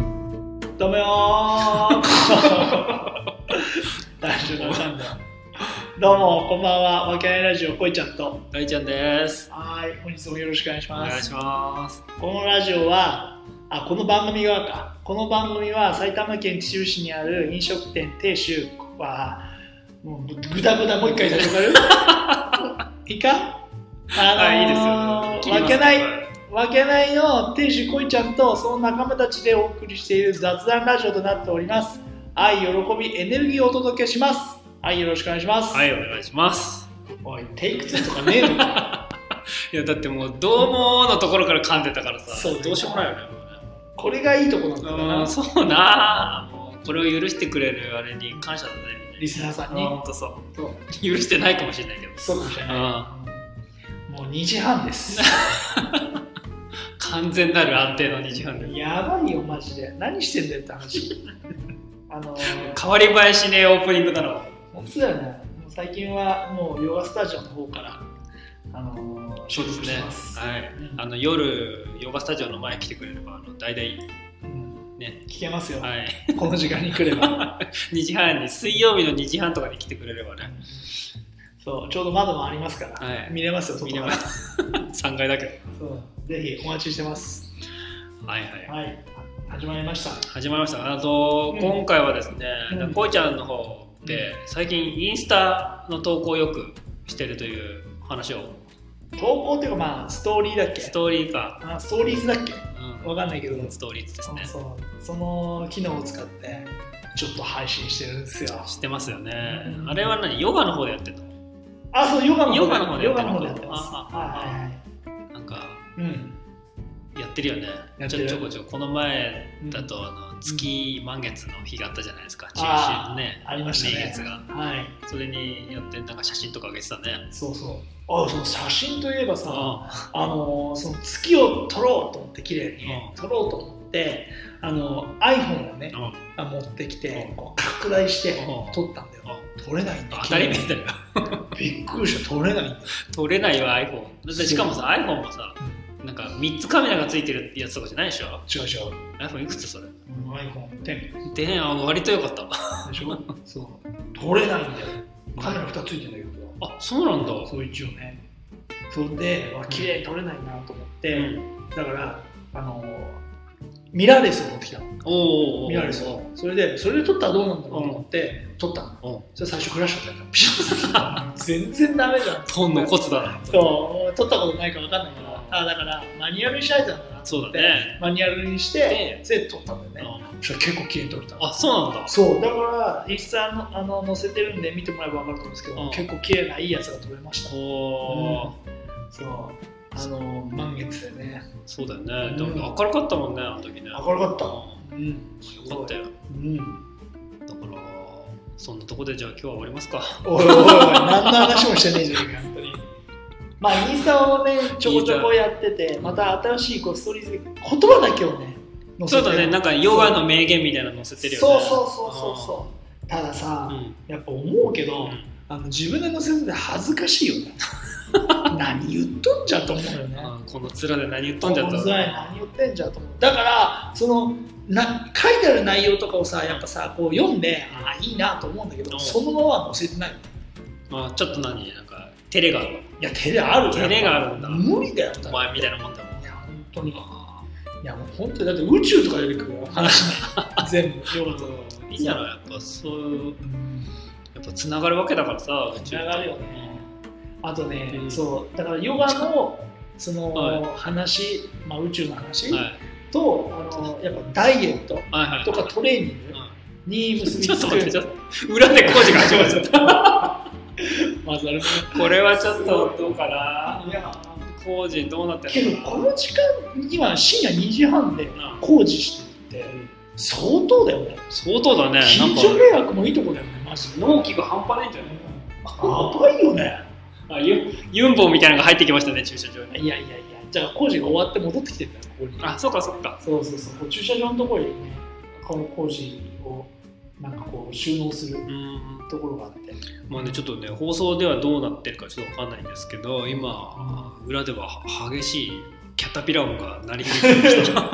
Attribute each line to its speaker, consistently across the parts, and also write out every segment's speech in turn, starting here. Speaker 1: どうもよー単純な感だどうもこんばんはわけないラジオこいちゃんと
Speaker 2: 大ちゃんです。
Speaker 1: はーい本日もよろしくお願いし
Speaker 2: お
Speaker 1: ます
Speaker 2: 願いします。
Speaker 1: このラジオはあこの番組側かこの番組は埼玉県秩父市にある飲食店亭主はもうぐだぐだもう一回言ってくれるいいか
Speaker 2: あ、いい
Speaker 1: あのー
Speaker 2: ですよ。
Speaker 1: わけない
Speaker 2: は
Speaker 1: わけないの亭主こいちゃんとその仲間たちでお送りしている雑談ラジオとなっております愛喜びエネルギーをお届けしますはいよろしくお願いします、
Speaker 2: い、お願いします。
Speaker 1: おいテイク2とかねえのか
Speaker 2: いや、だってもう、どうもーのところから噛んでたからさ。
Speaker 1: そう
Speaker 2: どうしようもないよね。も
Speaker 1: これがいいとこなんだよ
Speaker 2: うねう、
Speaker 1: なん
Speaker 2: そうなー。もう、これを許してくれるあれに感謝だね。
Speaker 1: リスナーさんに
Speaker 2: ほんとそう。
Speaker 1: そう
Speaker 2: 許してないかもしれないけど。
Speaker 1: そうかもしれない
Speaker 2: うん。
Speaker 1: もう2時半です
Speaker 2: 完全なる安定の2時半で。
Speaker 1: やばいよマジで何してんだよって 話あのー
Speaker 2: 変わり映えしねえオープニングだろ。
Speaker 1: 本当だよねもう最近はもうヨガスタジオの方からあのー、
Speaker 2: そうで
Speaker 1: 収
Speaker 2: す
Speaker 1: 録して
Speaker 2: ね
Speaker 1: ま。す
Speaker 2: はい。
Speaker 1: うん
Speaker 2: あの、夜、ヨガスタジオの前来てくれれば、あの、大体、
Speaker 1: うん
Speaker 2: ね
Speaker 1: 聞けますよ、
Speaker 2: はい。
Speaker 1: この時間に来れば
Speaker 2: 2時半に水曜日の2時半とかに来てくれればね、
Speaker 1: そう、ちょうど窓もありますから、
Speaker 2: はい
Speaker 1: 見れますよ、外
Speaker 2: 見
Speaker 1: か
Speaker 2: れ
Speaker 1: ら
Speaker 2: ば3階だけ
Speaker 1: そうぜひお待ちしてます。
Speaker 2: どはいはい
Speaker 1: はい、始まりました。
Speaker 2: 始まりましたあと、
Speaker 1: うん
Speaker 2: 今回はですね、
Speaker 1: うん
Speaker 2: こいちゃんの方で最近インスタの投稿をよくしてるという話を
Speaker 1: 投稿っていうか、まあ、ストーリーだっけ
Speaker 2: ストーリーか、
Speaker 1: あストーリーズだっけ
Speaker 2: う
Speaker 1: わかんないけど、
Speaker 2: ん、ストーリーズですね
Speaker 1: そうそうその機能を使って、ちょっと配信してるんですよ。
Speaker 2: 知ってますよね、
Speaker 1: うん
Speaker 2: あれは何ヨガの方でやってるの
Speaker 1: あ、そう、ヨガの
Speaker 2: ヨガの方でや
Speaker 1: ヨ
Speaker 2: って
Speaker 1: ガの
Speaker 2: るの
Speaker 1: 方でやってます。
Speaker 2: ああ
Speaker 1: はいはいはい。
Speaker 2: なんか
Speaker 1: うん。
Speaker 2: やってるよね
Speaker 1: やっ
Speaker 2: ち
Speaker 1: てる
Speaker 2: ょちょこちょここの前だと、あの月満月の日があったじゃないですか中
Speaker 1: あ
Speaker 2: 秋のね
Speaker 1: ありましたね
Speaker 2: 名月が
Speaker 1: はい。
Speaker 2: それにやってなんか写真とか上げてたね
Speaker 1: そうそう。あ、その写真といえばさ、
Speaker 2: あ
Speaker 1: あのーその月を撮ろうと思って綺麗に
Speaker 2: うん
Speaker 1: 撮ろうと思って、あのー iPhone をね
Speaker 2: あ
Speaker 1: 持ってきて
Speaker 2: うん
Speaker 1: こう拡大して
Speaker 2: うん
Speaker 1: 撮ったんだよ
Speaker 2: あ
Speaker 1: 撮れないんだ
Speaker 2: 当たり前
Speaker 1: 綺麗
Speaker 2: だ よ
Speaker 1: にびっくりした撮れないんだよ
Speaker 2: 取れないわ iPhone だってしかもさ iPhone もさ
Speaker 1: う
Speaker 2: なんか3つカメラがついてるやつとかじゃないでしょ
Speaker 1: 違う違う
Speaker 2: iPhone いくつそれ
Speaker 1: iPhone10 で
Speaker 2: であ割とよかった
Speaker 1: しょそう撮れないんだよカメラ2ついてんだけど
Speaker 2: あそうなんだ
Speaker 1: そう一応ねそれでわ綺麗に撮れないなと思って、
Speaker 2: うん
Speaker 1: だからあのーミラーレスを持ってきたの
Speaker 2: おお
Speaker 1: ミラーレスをそれでそれで撮ったらどうなんだろうと思って撮ったのそれ最初クラッシュだったよピシャッ全然ダメじゃん
Speaker 2: トンのコツだな
Speaker 1: そうもう撮ったことないから分かんないけどあだからマニュアルにしないとなんだな
Speaker 2: そうだね
Speaker 1: マニュアルにしてそれで撮ったんだよねそしたら結構綺麗に撮れた
Speaker 2: あそうなんだ
Speaker 1: そうだからインスタのあの載せてるんで見てもらえば分かると思うんですけど、
Speaker 2: うん
Speaker 1: 結構綺麗ないいやつが撮れました
Speaker 2: おー
Speaker 1: そうあの満月でね
Speaker 2: そうだよねで
Speaker 1: うん
Speaker 2: も明るかったもんねあの時ね
Speaker 1: 明るかった
Speaker 2: う
Speaker 1: うんよ
Speaker 2: んよかったよ
Speaker 1: うん
Speaker 2: だからそんなとこでじゃあ今日は終わりますか
Speaker 1: おいおいおい何の話もしてねえじゃねえか本当にまあインスタをねちょこちょこやっててまた新しいこうストーリーズで言葉だけをね載
Speaker 2: そ
Speaker 1: せ
Speaker 2: う
Speaker 1: て
Speaker 2: だねなんかヨガの名言みたいなの載せてるよね
Speaker 1: そうそうそうそうそうたださ、
Speaker 2: うん
Speaker 1: やっぱ思うけど、
Speaker 2: うん
Speaker 1: あの自分で載せてて恥ずかし いよね何言っとんじゃと思うよね
Speaker 2: あーこの面で何言っとんじゃっ
Speaker 1: こ
Speaker 2: た
Speaker 1: の図案何言ってんじゃと思うだからそのな書いてある内容とかをさやっぱさこう読んでああいいなと思うんだけ
Speaker 2: う
Speaker 1: ど
Speaker 2: ん
Speaker 1: そのままは載せてない
Speaker 2: あーちょっと何なんか照れがある
Speaker 1: いや照れあるよ
Speaker 2: 照れがあるんだ
Speaker 1: 無理だよ
Speaker 2: お
Speaker 1: い
Speaker 2: 前みたいなもんだもん
Speaker 1: や本当に
Speaker 2: あ
Speaker 1: いやもう本当にだって宇宙とか出てくるよ話 が全部要は
Speaker 2: ーいいじゃないやっぱそういうやっぱつながるわけだからさ宇宙
Speaker 1: つながるよねあとね、
Speaker 2: うん
Speaker 1: そうだからヨガのその、
Speaker 2: はい
Speaker 1: 話、まあ、宇宙の話、
Speaker 2: はい
Speaker 1: とあのやっぱダイエット
Speaker 2: はい はい
Speaker 1: とかトレーニング
Speaker 2: う
Speaker 1: に結
Speaker 2: ん
Speaker 1: び
Speaker 2: ちょっ
Speaker 1: つ
Speaker 2: と
Speaker 1: く
Speaker 2: 待ってちょっと裏で工事が始まっちゃった
Speaker 1: まずあれも
Speaker 2: これはちょっとどうかない
Speaker 1: や
Speaker 2: 工事どうなって
Speaker 1: けど
Speaker 2: の
Speaker 1: この時間今深夜2時半で
Speaker 2: うん
Speaker 1: 工事してるって相当だよね
Speaker 2: 相当だねなん
Speaker 1: 近
Speaker 2: か
Speaker 1: 所迷惑もいいとこだよねマジで
Speaker 2: 納期が半端ないんじゃない
Speaker 1: やばいよね
Speaker 2: あユユンボみたいなのが入ってきましたね駐車場に
Speaker 1: いやいやいやじゃあ工事が終わって戻ってきてんだよここに
Speaker 2: あそうかそうか
Speaker 1: そうそうそう駐車場のところにねこの工事をなんかこう収納する
Speaker 2: うん
Speaker 1: ところがあって
Speaker 2: まあねちょっとね放送ではどうなってるかちょっとわかんないんですけど今裏では激しいキャタピラ音が鳴り響いてま したガ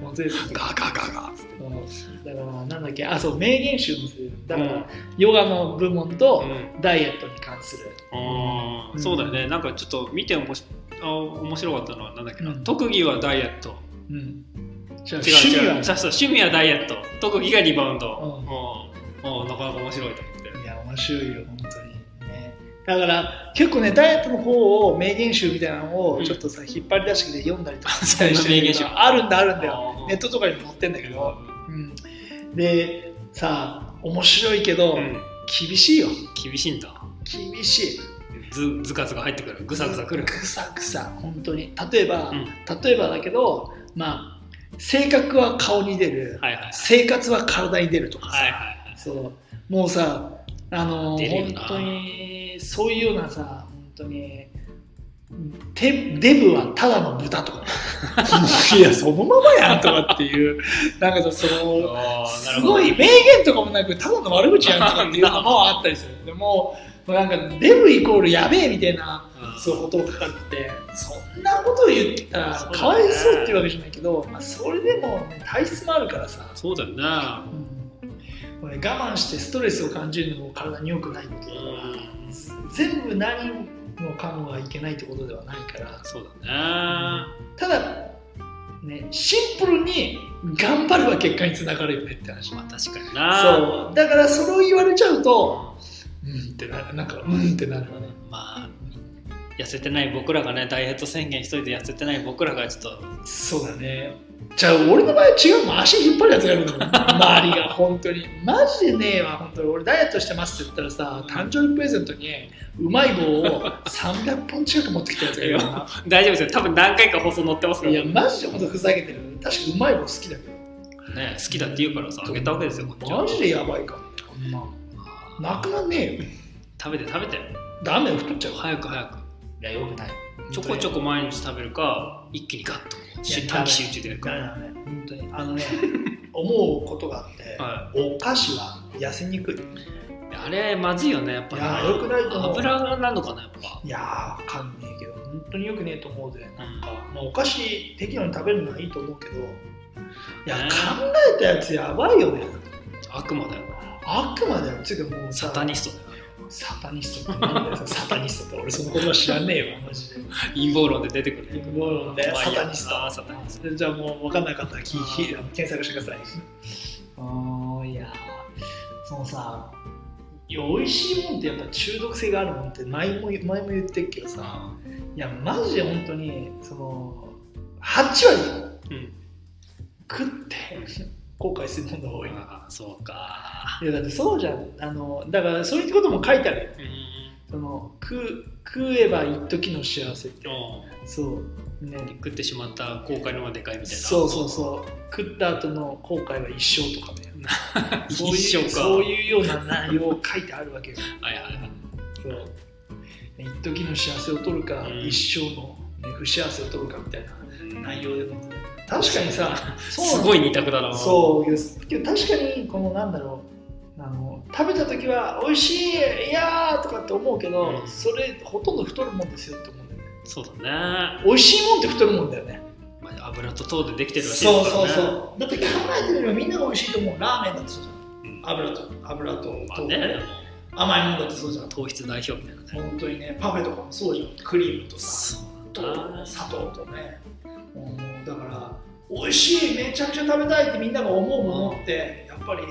Speaker 1: もう全部
Speaker 2: ーガーガーガーっつって
Speaker 1: うんだからなんだっけあそう名言集もするだから、ヨガの部門とダイエットに関する
Speaker 2: あ
Speaker 1: う
Speaker 2: ー
Speaker 1: ん
Speaker 2: そうだよねなんかちょっと見ておもしあ面白かったのはなんだっけな、
Speaker 1: うん
Speaker 2: 特技はダイエット
Speaker 1: うん違う
Speaker 2: 違う
Speaker 1: 趣味
Speaker 2: 違
Speaker 1: は
Speaker 2: うそうそう趣味はダイエット特技がリバウンド、
Speaker 1: うん
Speaker 2: うんうんなかなか面白いと思って
Speaker 1: いや面白いよ本当にねだから結構ねダイエットの方を名言集みたいなの
Speaker 2: う
Speaker 1: を
Speaker 2: ん
Speaker 1: ちょっとさ、引っ張り出してきて読んだりとかし
Speaker 2: そ
Speaker 1: た
Speaker 2: ん
Speaker 1: り
Speaker 2: な
Speaker 1: して
Speaker 2: 名
Speaker 1: る
Speaker 2: 言
Speaker 1: け
Speaker 2: 集
Speaker 1: どあるんだあるんだよ
Speaker 2: よ
Speaker 1: ネットとかにも載ってんだけど、
Speaker 2: う
Speaker 1: うん、でさ面白いけど、
Speaker 2: んうん
Speaker 1: 厳しいよ
Speaker 2: 厳しいんだ
Speaker 1: 厳しい
Speaker 2: ずずかずか入ってくるぐさぐさくる
Speaker 1: ぐさぐさ本当に例えば、
Speaker 2: うん
Speaker 1: 例えばだけどまあ性格は顔に出る、
Speaker 2: はいはいはい
Speaker 1: 生活は体に出るとかさ、
Speaker 2: はいはい
Speaker 1: そうもうさあの
Speaker 2: 出るよ
Speaker 1: 本
Speaker 2: な
Speaker 1: 当にそういうようなさ本当にてデブはただの豚とか いやそのままやんとかっていうなんかさその
Speaker 2: はい
Speaker 1: すごい名言とかもなくただの悪口やんとかっていうのもあったりするでももうなんかデブイコールやべえみたいなそういうことを書かれててそんなことを言ったら
Speaker 2: そうだね
Speaker 1: かわいそうっていうわけじゃないけど、まあ、それでも、ね、体質もあるからさ、
Speaker 2: そうだよな
Speaker 1: うんこれ我慢してストレスを感じるのも体に良くないことだから、全部何もかもがいけないってことではないから
Speaker 2: そうだね
Speaker 1: ただ、ね、シンプルに頑張れば結果につながるよねって話
Speaker 2: まあ確かにな
Speaker 1: そうだからそれを言われちゃうとうんってなるなんかうんってなるよね
Speaker 2: まあ痩せてない僕らがねダイエット宣言しといて痩せてない僕らがちょっと
Speaker 1: そうだね。じゃあ俺の場合は違うもん足引っ張るやつがいるの周りが本当にマジでねえわ本当に俺ダイエットしてますって言ったらさ誕生日プレゼントにうまい棒を300本近く持ってきたやつがいるか
Speaker 2: 大丈夫ですよ多分何回か放送載ってますから
Speaker 1: いやマジで本当ふざけてる確かうまい棒好きだけ
Speaker 2: ね好きだって言うからさあげたわけですよこっち
Speaker 1: ど
Speaker 2: は
Speaker 1: マジでやばいからこんななくなんねえよ
Speaker 2: 食べて食べて
Speaker 1: ダメよ太っちゃう
Speaker 2: 早く早く
Speaker 1: いやよくない
Speaker 2: ちょこちょ
Speaker 1: こ
Speaker 2: こ毎日食べるか一気にガッとこう
Speaker 1: いや
Speaker 2: 短期集中でやるか
Speaker 1: だね本当にあのね 思うことがあって、
Speaker 2: は
Speaker 1: お菓子は痩せにくい
Speaker 2: あれまずいよねやっぱり
Speaker 1: いや良くないと思う
Speaker 2: 油なのかなやっぱ
Speaker 1: いやー、わかんねえけど、本当によくねえと思うで、なんか、まあ、お菓子適度に食べるのはいいと思うけど、いや、
Speaker 2: ね
Speaker 1: 考えたやつやばいよね。
Speaker 2: 悪魔だよな
Speaker 1: あくまでも、つうかもうさ
Speaker 2: サタニストだよ
Speaker 1: サタニストってなんだよ、サタニストって、俺そのことは知らねえわ、マ ジ
Speaker 2: 陰謀論で出てくる
Speaker 1: で。もうね、
Speaker 2: 怖
Speaker 1: サ
Speaker 2: いよ
Speaker 1: タニス
Speaker 2: あー
Speaker 1: ト。
Speaker 2: サタニス
Speaker 1: じゃあもう分かんなかったら聞
Speaker 2: あー
Speaker 1: きあの検索してください。あーいやーそのさ、いや美味しいもんってやっぱ中毒性があるもんって前も前も言ってるけど
Speaker 2: ト
Speaker 1: さ、
Speaker 2: あ
Speaker 1: いやマジで本当にその8割
Speaker 2: ーうん
Speaker 1: 食って後悔するものが多い
Speaker 2: あーそうか
Speaker 1: いやだってそうじゃんあのだからそういうことも書いてあるよ
Speaker 2: う
Speaker 1: そ
Speaker 2: ん
Speaker 1: の食う食えば一時の幸せってそうね
Speaker 2: 食ってしまった後悔の方がでかいみたいな
Speaker 1: そうそうそう食った後の後悔は一生とか ねそういう
Speaker 2: 一生か
Speaker 1: そういうような内容を書いてあるわけよ
Speaker 2: はいはいはい
Speaker 1: そう一時の幸せを取るか、
Speaker 2: うん
Speaker 1: 一生のね不幸せを取るかみたいな内容でも確かにさそうな
Speaker 2: す
Speaker 1: の
Speaker 2: ごい二択だな
Speaker 1: そうですけど確かにこのなんだろうあの食べた時は美味しいいやーとかって思うけど、
Speaker 2: うん
Speaker 1: それほとんど太るもんですよって思うんだよね
Speaker 2: そうだね
Speaker 1: 美味しいもんって太るもんだよね
Speaker 2: まあ油と糖でできてるらしい
Speaker 1: そうそう
Speaker 2: う
Speaker 1: そうだって考えてみればみんなが美味しいと思うラーメンだってそうじ
Speaker 2: ん
Speaker 1: ゃん油と油と、
Speaker 2: まあ
Speaker 1: と
Speaker 2: ね
Speaker 1: 甘いもんだってそうじゃん
Speaker 2: 糖質代表みたいなね
Speaker 1: 本当にねパフェとかもそうじゃんクリームとさ
Speaker 2: そう
Speaker 1: と
Speaker 2: だな
Speaker 1: 砂糖とね、うん、だから美味しいめちゃくちゃ食べたいってみんなが思うものってやっぱり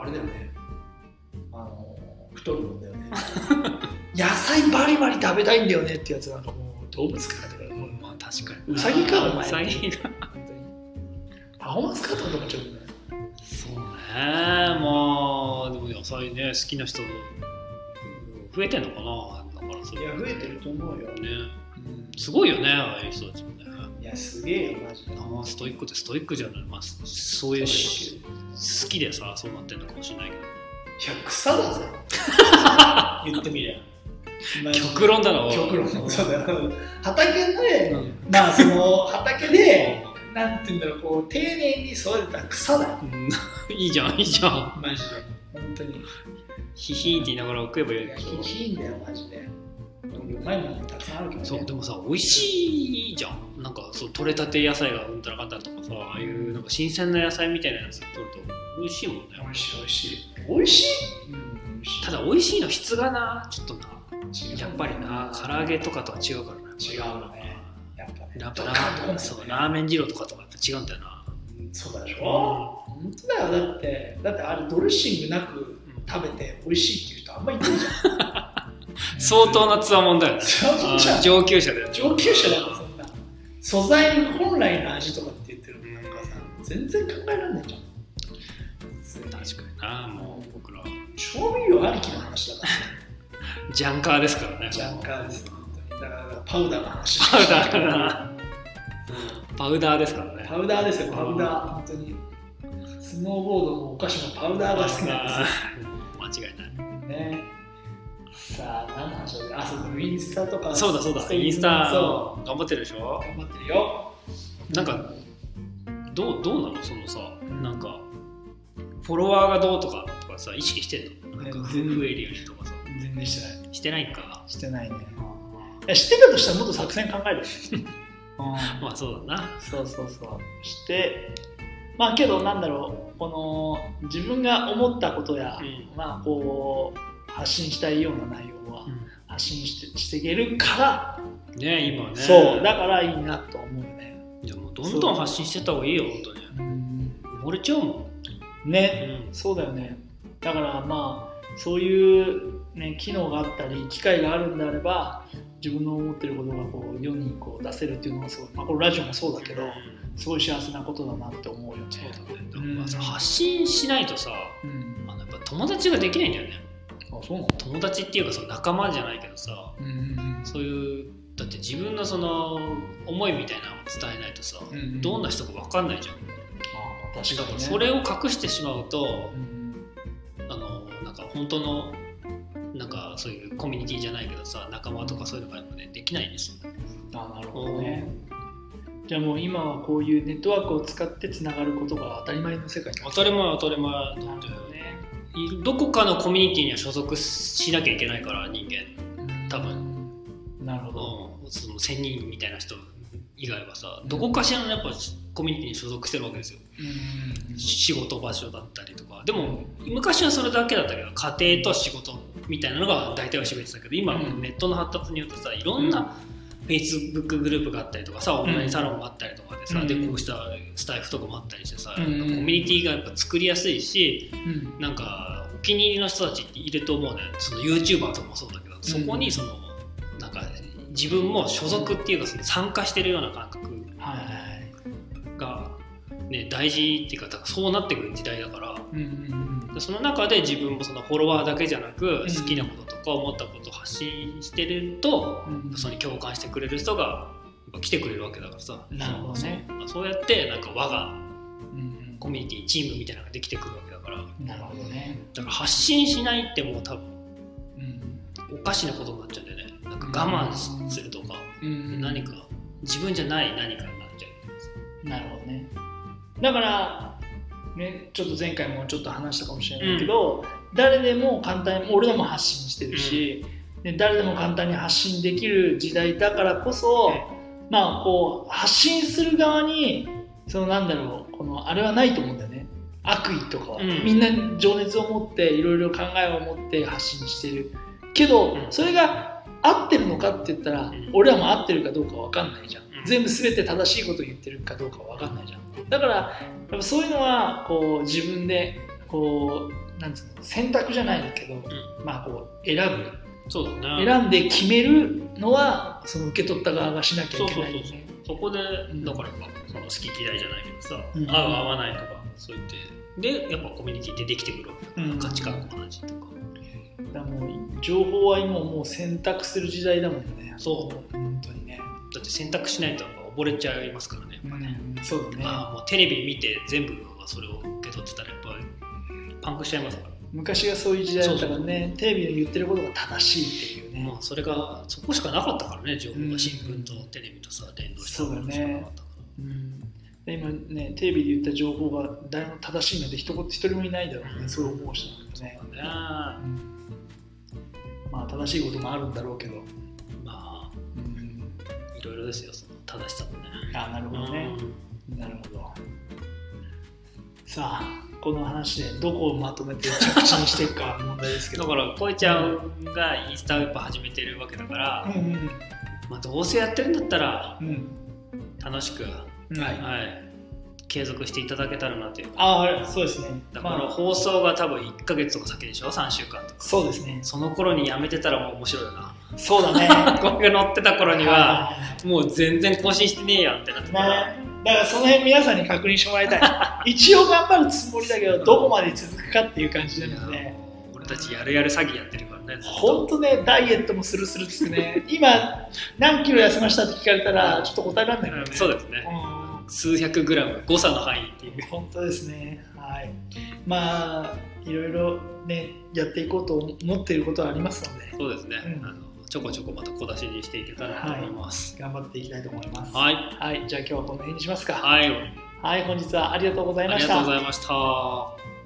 Speaker 1: あれだよねあの太るもんだよ ね野菜バリバリ食べたいんだよねってやつなんかもう動物かってからもう
Speaker 2: まあ確かに
Speaker 1: うさぎかお前
Speaker 2: うさぎか
Speaker 1: 本当にパフォーマンスかと思っちゃうもんね
Speaker 2: そうねまあでも野菜ね好きな人増えてんのかなだからそ
Speaker 1: いや増えてると思うよ、
Speaker 2: ね
Speaker 1: うん
Speaker 2: すごいよねああいう人たちもね
Speaker 1: いやすげえよマジで
Speaker 2: ああストイックってストイックじゃない、まあ、そそういうし好きでさそうなってんのかもしれないけど
Speaker 1: いや草だぜ言ってみりゃ
Speaker 2: 極論だなおい
Speaker 1: 極論そうだよ畑
Speaker 2: う
Speaker 1: で
Speaker 2: ん
Speaker 1: まあその畑でなんて言うんだろうこう丁寧に育てた草だよ
Speaker 2: うんいいじゃんいいじゃん
Speaker 1: マジで本当に
Speaker 2: ヒヒーンって言いながら食えばいい
Speaker 1: い
Speaker 2: け
Speaker 1: や
Speaker 2: ど
Speaker 1: いいんだよマジでうまいものたくさんあるけどね
Speaker 2: そうでもさ美味しいじゃんなんそう取れたて野菜がうんたらかんたらとかさああいうなんか新鮮な野菜みたいなやつ取ると美味しいもんね
Speaker 1: 美味しい美味しい美味しい、うん、
Speaker 2: ただ美味しいの質がなちょっとな
Speaker 1: 美味しい
Speaker 2: やっぱりな唐揚げとかとは違うからな
Speaker 1: 違うよねやっぱね
Speaker 2: やっぱ
Speaker 1: ド
Speaker 2: ラ
Speaker 1: カンとこ
Speaker 2: ー
Speaker 1: ね
Speaker 2: そうラーメン二郎とかとはやっぱ違うんだよな
Speaker 1: うんそうだでしょ本当だよだってだってあれドレッシングなく食べて美味しいっていう人あんまりいないじ ゃん
Speaker 2: 相当なつわもんだよね
Speaker 1: つわもんじゃん
Speaker 2: あー上級者だよね
Speaker 1: 上級者だからそんな素材の本来の味とかって言ってるのなんかさ全然考えられないじゃん
Speaker 2: 確かになもう僕ら
Speaker 1: 調味料ありきの話だから
Speaker 2: ジャンカーですからね
Speaker 1: ジャンカーです本当にだからパウダーの話
Speaker 2: パウダーかなパウダーですからね
Speaker 1: パウダーですよパウダー本当にスノーボードもお菓子もパウダーが好きなんで
Speaker 2: 間違いない
Speaker 1: すよねさあ何の話だっけあそうインスタとか
Speaker 2: そうだそうだインスタ
Speaker 1: そ
Speaker 2: 頑張ってるでし
Speaker 1: う
Speaker 2: ょ
Speaker 1: 頑張ってるよ
Speaker 2: なんかどうどうなのそのさなんかフォロワーがどうとかとかさ意識してんのなんか夫婦エリアにとかさ
Speaker 1: 全然してない
Speaker 2: してないんか
Speaker 1: してないねいや知ってたとしたらもっと作戦考えるよ うん
Speaker 2: まあそうだな
Speaker 1: そうそうそうしてまあけどなんだろうこの自分が思ったことや、
Speaker 2: うん
Speaker 1: まあこう発信したいような内容は
Speaker 2: う
Speaker 1: 発信してしていけるから、
Speaker 2: んね今ね
Speaker 1: そうだからいいなと思うよね
Speaker 2: いやもうどんどん発信してった方がいいよ本当に埋もれちゃうもんう
Speaker 1: ね、
Speaker 2: ん
Speaker 1: そうだよねだからまあそういう、ね、機能があったり機会があるんであれば自分の思ってることがこう世にこう出せるっていうのがすごい、まあ、これラジオもそうだけどすごい幸せなことだなって思うよね
Speaker 2: そうだねだ
Speaker 1: う
Speaker 2: か
Speaker 1: ん
Speaker 2: らさ発信しないとさ
Speaker 1: うん
Speaker 2: あのやっぱ友達ができないんだよね
Speaker 1: あそうなの
Speaker 2: 友達っていうかその仲間じゃないけどさ
Speaker 1: うんうん
Speaker 2: そういうだって自分のその思いみたいなのを伝えないとさ、
Speaker 1: うんうん
Speaker 2: どんな人か分かんないじゃん
Speaker 1: ああ確
Speaker 2: だ
Speaker 1: か
Speaker 2: か
Speaker 1: に、
Speaker 2: ら
Speaker 1: ね、
Speaker 2: それを隠してしまうと
Speaker 1: うん
Speaker 2: あのなんか本当のなんかそういうコミュニティじゃないけどさ仲間とかそういうのがやっぱねできないんですよ
Speaker 1: あなるほどねじゃあもう今はこういうネットワークを使ってつながることが当たり前の世界に
Speaker 2: 当たり前は当たり前だ
Speaker 1: なる
Speaker 2: っ
Speaker 1: ほど
Speaker 2: て
Speaker 1: ね
Speaker 2: いどこかのコミュニティには所属しなきゃいけないから人間多
Speaker 1: 分なるほど、
Speaker 2: うん、その仙人みたいな人以外はさどこかしらのやっぱコミュニティに所属してるわけですよ仕事場所だったりとかでも昔はそれだけだったけど家庭と仕事みたいなのが大体は占めてたけど今はもう
Speaker 1: うん
Speaker 2: ネットの発達によってさいろんな Facebook グループがあったりとかさオンラインサロンもあったりとかでさ、
Speaker 1: うん
Speaker 2: でこうしたスタイフとかもあったりしてさ、
Speaker 1: うん
Speaker 2: コミュニティがやっぱ作りやすいし
Speaker 1: うんうん
Speaker 2: なんかお気に入りの人たちっていると思うねその YouTuber とかもそうだけどそこにその、なんか自分も所属っていうかその参加してるような感覚
Speaker 1: はいはい
Speaker 2: が、ね、大事っていうかだからそうなってくる時代だから
Speaker 1: うんうん
Speaker 2: でその中で自分もそのフォロワーだけじゃなく
Speaker 1: ん
Speaker 2: 好きなこととか思ったことを発信してると、
Speaker 1: うん
Speaker 2: それに共感してくれる人がやっぱ来てくれるわけだからさ
Speaker 1: なるほどね
Speaker 2: そうそうやってなんか我が
Speaker 1: うん
Speaker 2: コミュニティチームみたいなのができてくるわけだからだか
Speaker 1: うんなるほどね、
Speaker 2: ら発信しないってもう多分
Speaker 1: うん
Speaker 2: おかしなことになっちゃうんだよねなんか我慢するとか、
Speaker 1: うん
Speaker 2: 何か自分じゃない何かになっちゃ
Speaker 1: なるほどねだからねちょっと前回もちょっと話したかもしれないけど、誰でも簡単に俺でも発信してるし、ね誰でも簡単に発信できる時代だからこそ、まあこう発信する側にそのなんだろうこのあれはないと思うんだよね悪意とかは、
Speaker 2: うん
Speaker 1: みんな情熱を持っていろいろ考えを持って発信してるけど、
Speaker 2: うん
Speaker 1: それが合ってるのかって言ったら、
Speaker 2: ん
Speaker 1: 俺らも合ってるかどうかわかんないじゃん、
Speaker 2: うん
Speaker 1: 全部全て正しいことを言ってるかどうかわかんないじゃんだからやっぱそういうのはこう自分でこうなんつうの選択じゃないんだけど、まあこう選ぶ
Speaker 2: うそうだね
Speaker 1: 選んで決めるのはその受け取った側がしなきゃ
Speaker 2: そ
Speaker 1: いうけ
Speaker 2: そう
Speaker 1: ない
Speaker 2: そうそうそこでだ
Speaker 1: ん
Speaker 2: からやっぱその好き嫌いじゃないけどさ、
Speaker 1: うん
Speaker 2: 合う合わないとかそう言ってでやっぱコミュニティってできてくるわけだから、
Speaker 1: うん
Speaker 2: 価値観の話とか
Speaker 1: だからもう情報は今もう選択する時代だもんね
Speaker 2: そう
Speaker 1: 本当にね
Speaker 2: だって選択しないとやっぱ溺れちゃいますからねやっぱね、
Speaker 1: そうだね
Speaker 2: ああもうテレビ見て全部がそれを受け取ってたらやっぱりパンクしちゃいますから、
Speaker 1: 昔がそういう時代だったからねテレビで言ってることが正しいっていうね、
Speaker 2: まあそれがそこしかなかったからね情報
Speaker 1: うん
Speaker 2: が新聞とテレビとさ連動した
Speaker 1: そうだね
Speaker 2: ものしかなかったか
Speaker 1: うん、で今ねテレビで言った情報が誰も正しいので一言一人もいないだろうね、
Speaker 2: うん
Speaker 1: そう思う人なんだね、
Speaker 2: らねま
Speaker 1: まあ正しいこともあるんだろうけど、
Speaker 2: あいろいろですよその正しさもね。
Speaker 1: あなるほどね、なるほどさあこの話でどこをまとめて着地にしていくか問題ですけ
Speaker 2: だ
Speaker 1: ど
Speaker 2: から、こいちゃんがインスタウェブ始めてるわけだか ら、
Speaker 1: うん
Speaker 2: まあ、どうせやってるんだったら、
Speaker 1: うん
Speaker 2: 楽しく、は
Speaker 1: うんはい
Speaker 2: い、継続していただけたらなという。
Speaker 1: ああそうですね
Speaker 2: だから、
Speaker 1: まあ、
Speaker 2: 放送が多分1ヶ月とか先でしょ、3週間とか。
Speaker 1: そうですね
Speaker 2: その頃にやめてたらもう面白いよな。
Speaker 1: そうだ ね
Speaker 2: 僕が乗ってた頃には、
Speaker 1: はい
Speaker 2: もう全然更新してねえやんってなってたから
Speaker 1: ね、だからその辺皆さんに確認してもらいた い一応頑張るつもりだけどどこまで続くかっていう感じ
Speaker 2: い
Speaker 1: な
Speaker 2: や
Speaker 1: ので
Speaker 2: もう俺たちやるやる詐欺やってるからね。ずっと
Speaker 1: 本当ねダイエットもするするっつってね今何キロ痩せましたって聞かれたらちょっと答えられないからね、
Speaker 2: うんそう
Speaker 1: だ
Speaker 2: ですね。数百グラム誤差の範囲っていう。
Speaker 1: 本当ですねはいまあいろいろねやっていこうと思っていることはありますので
Speaker 2: そうですね。
Speaker 1: うん
Speaker 2: あのちょこちょこまた小出しにしていけたらと思います。
Speaker 1: 頑張っていきたいと思います
Speaker 2: はい。
Speaker 1: はい、じゃあ今日はこの辺にしますか
Speaker 2: はい。
Speaker 1: はい、本日はありがとうござい
Speaker 2: あ
Speaker 1: ま
Speaker 2: り
Speaker 1: し
Speaker 2: がとう
Speaker 1: た
Speaker 2: ございました。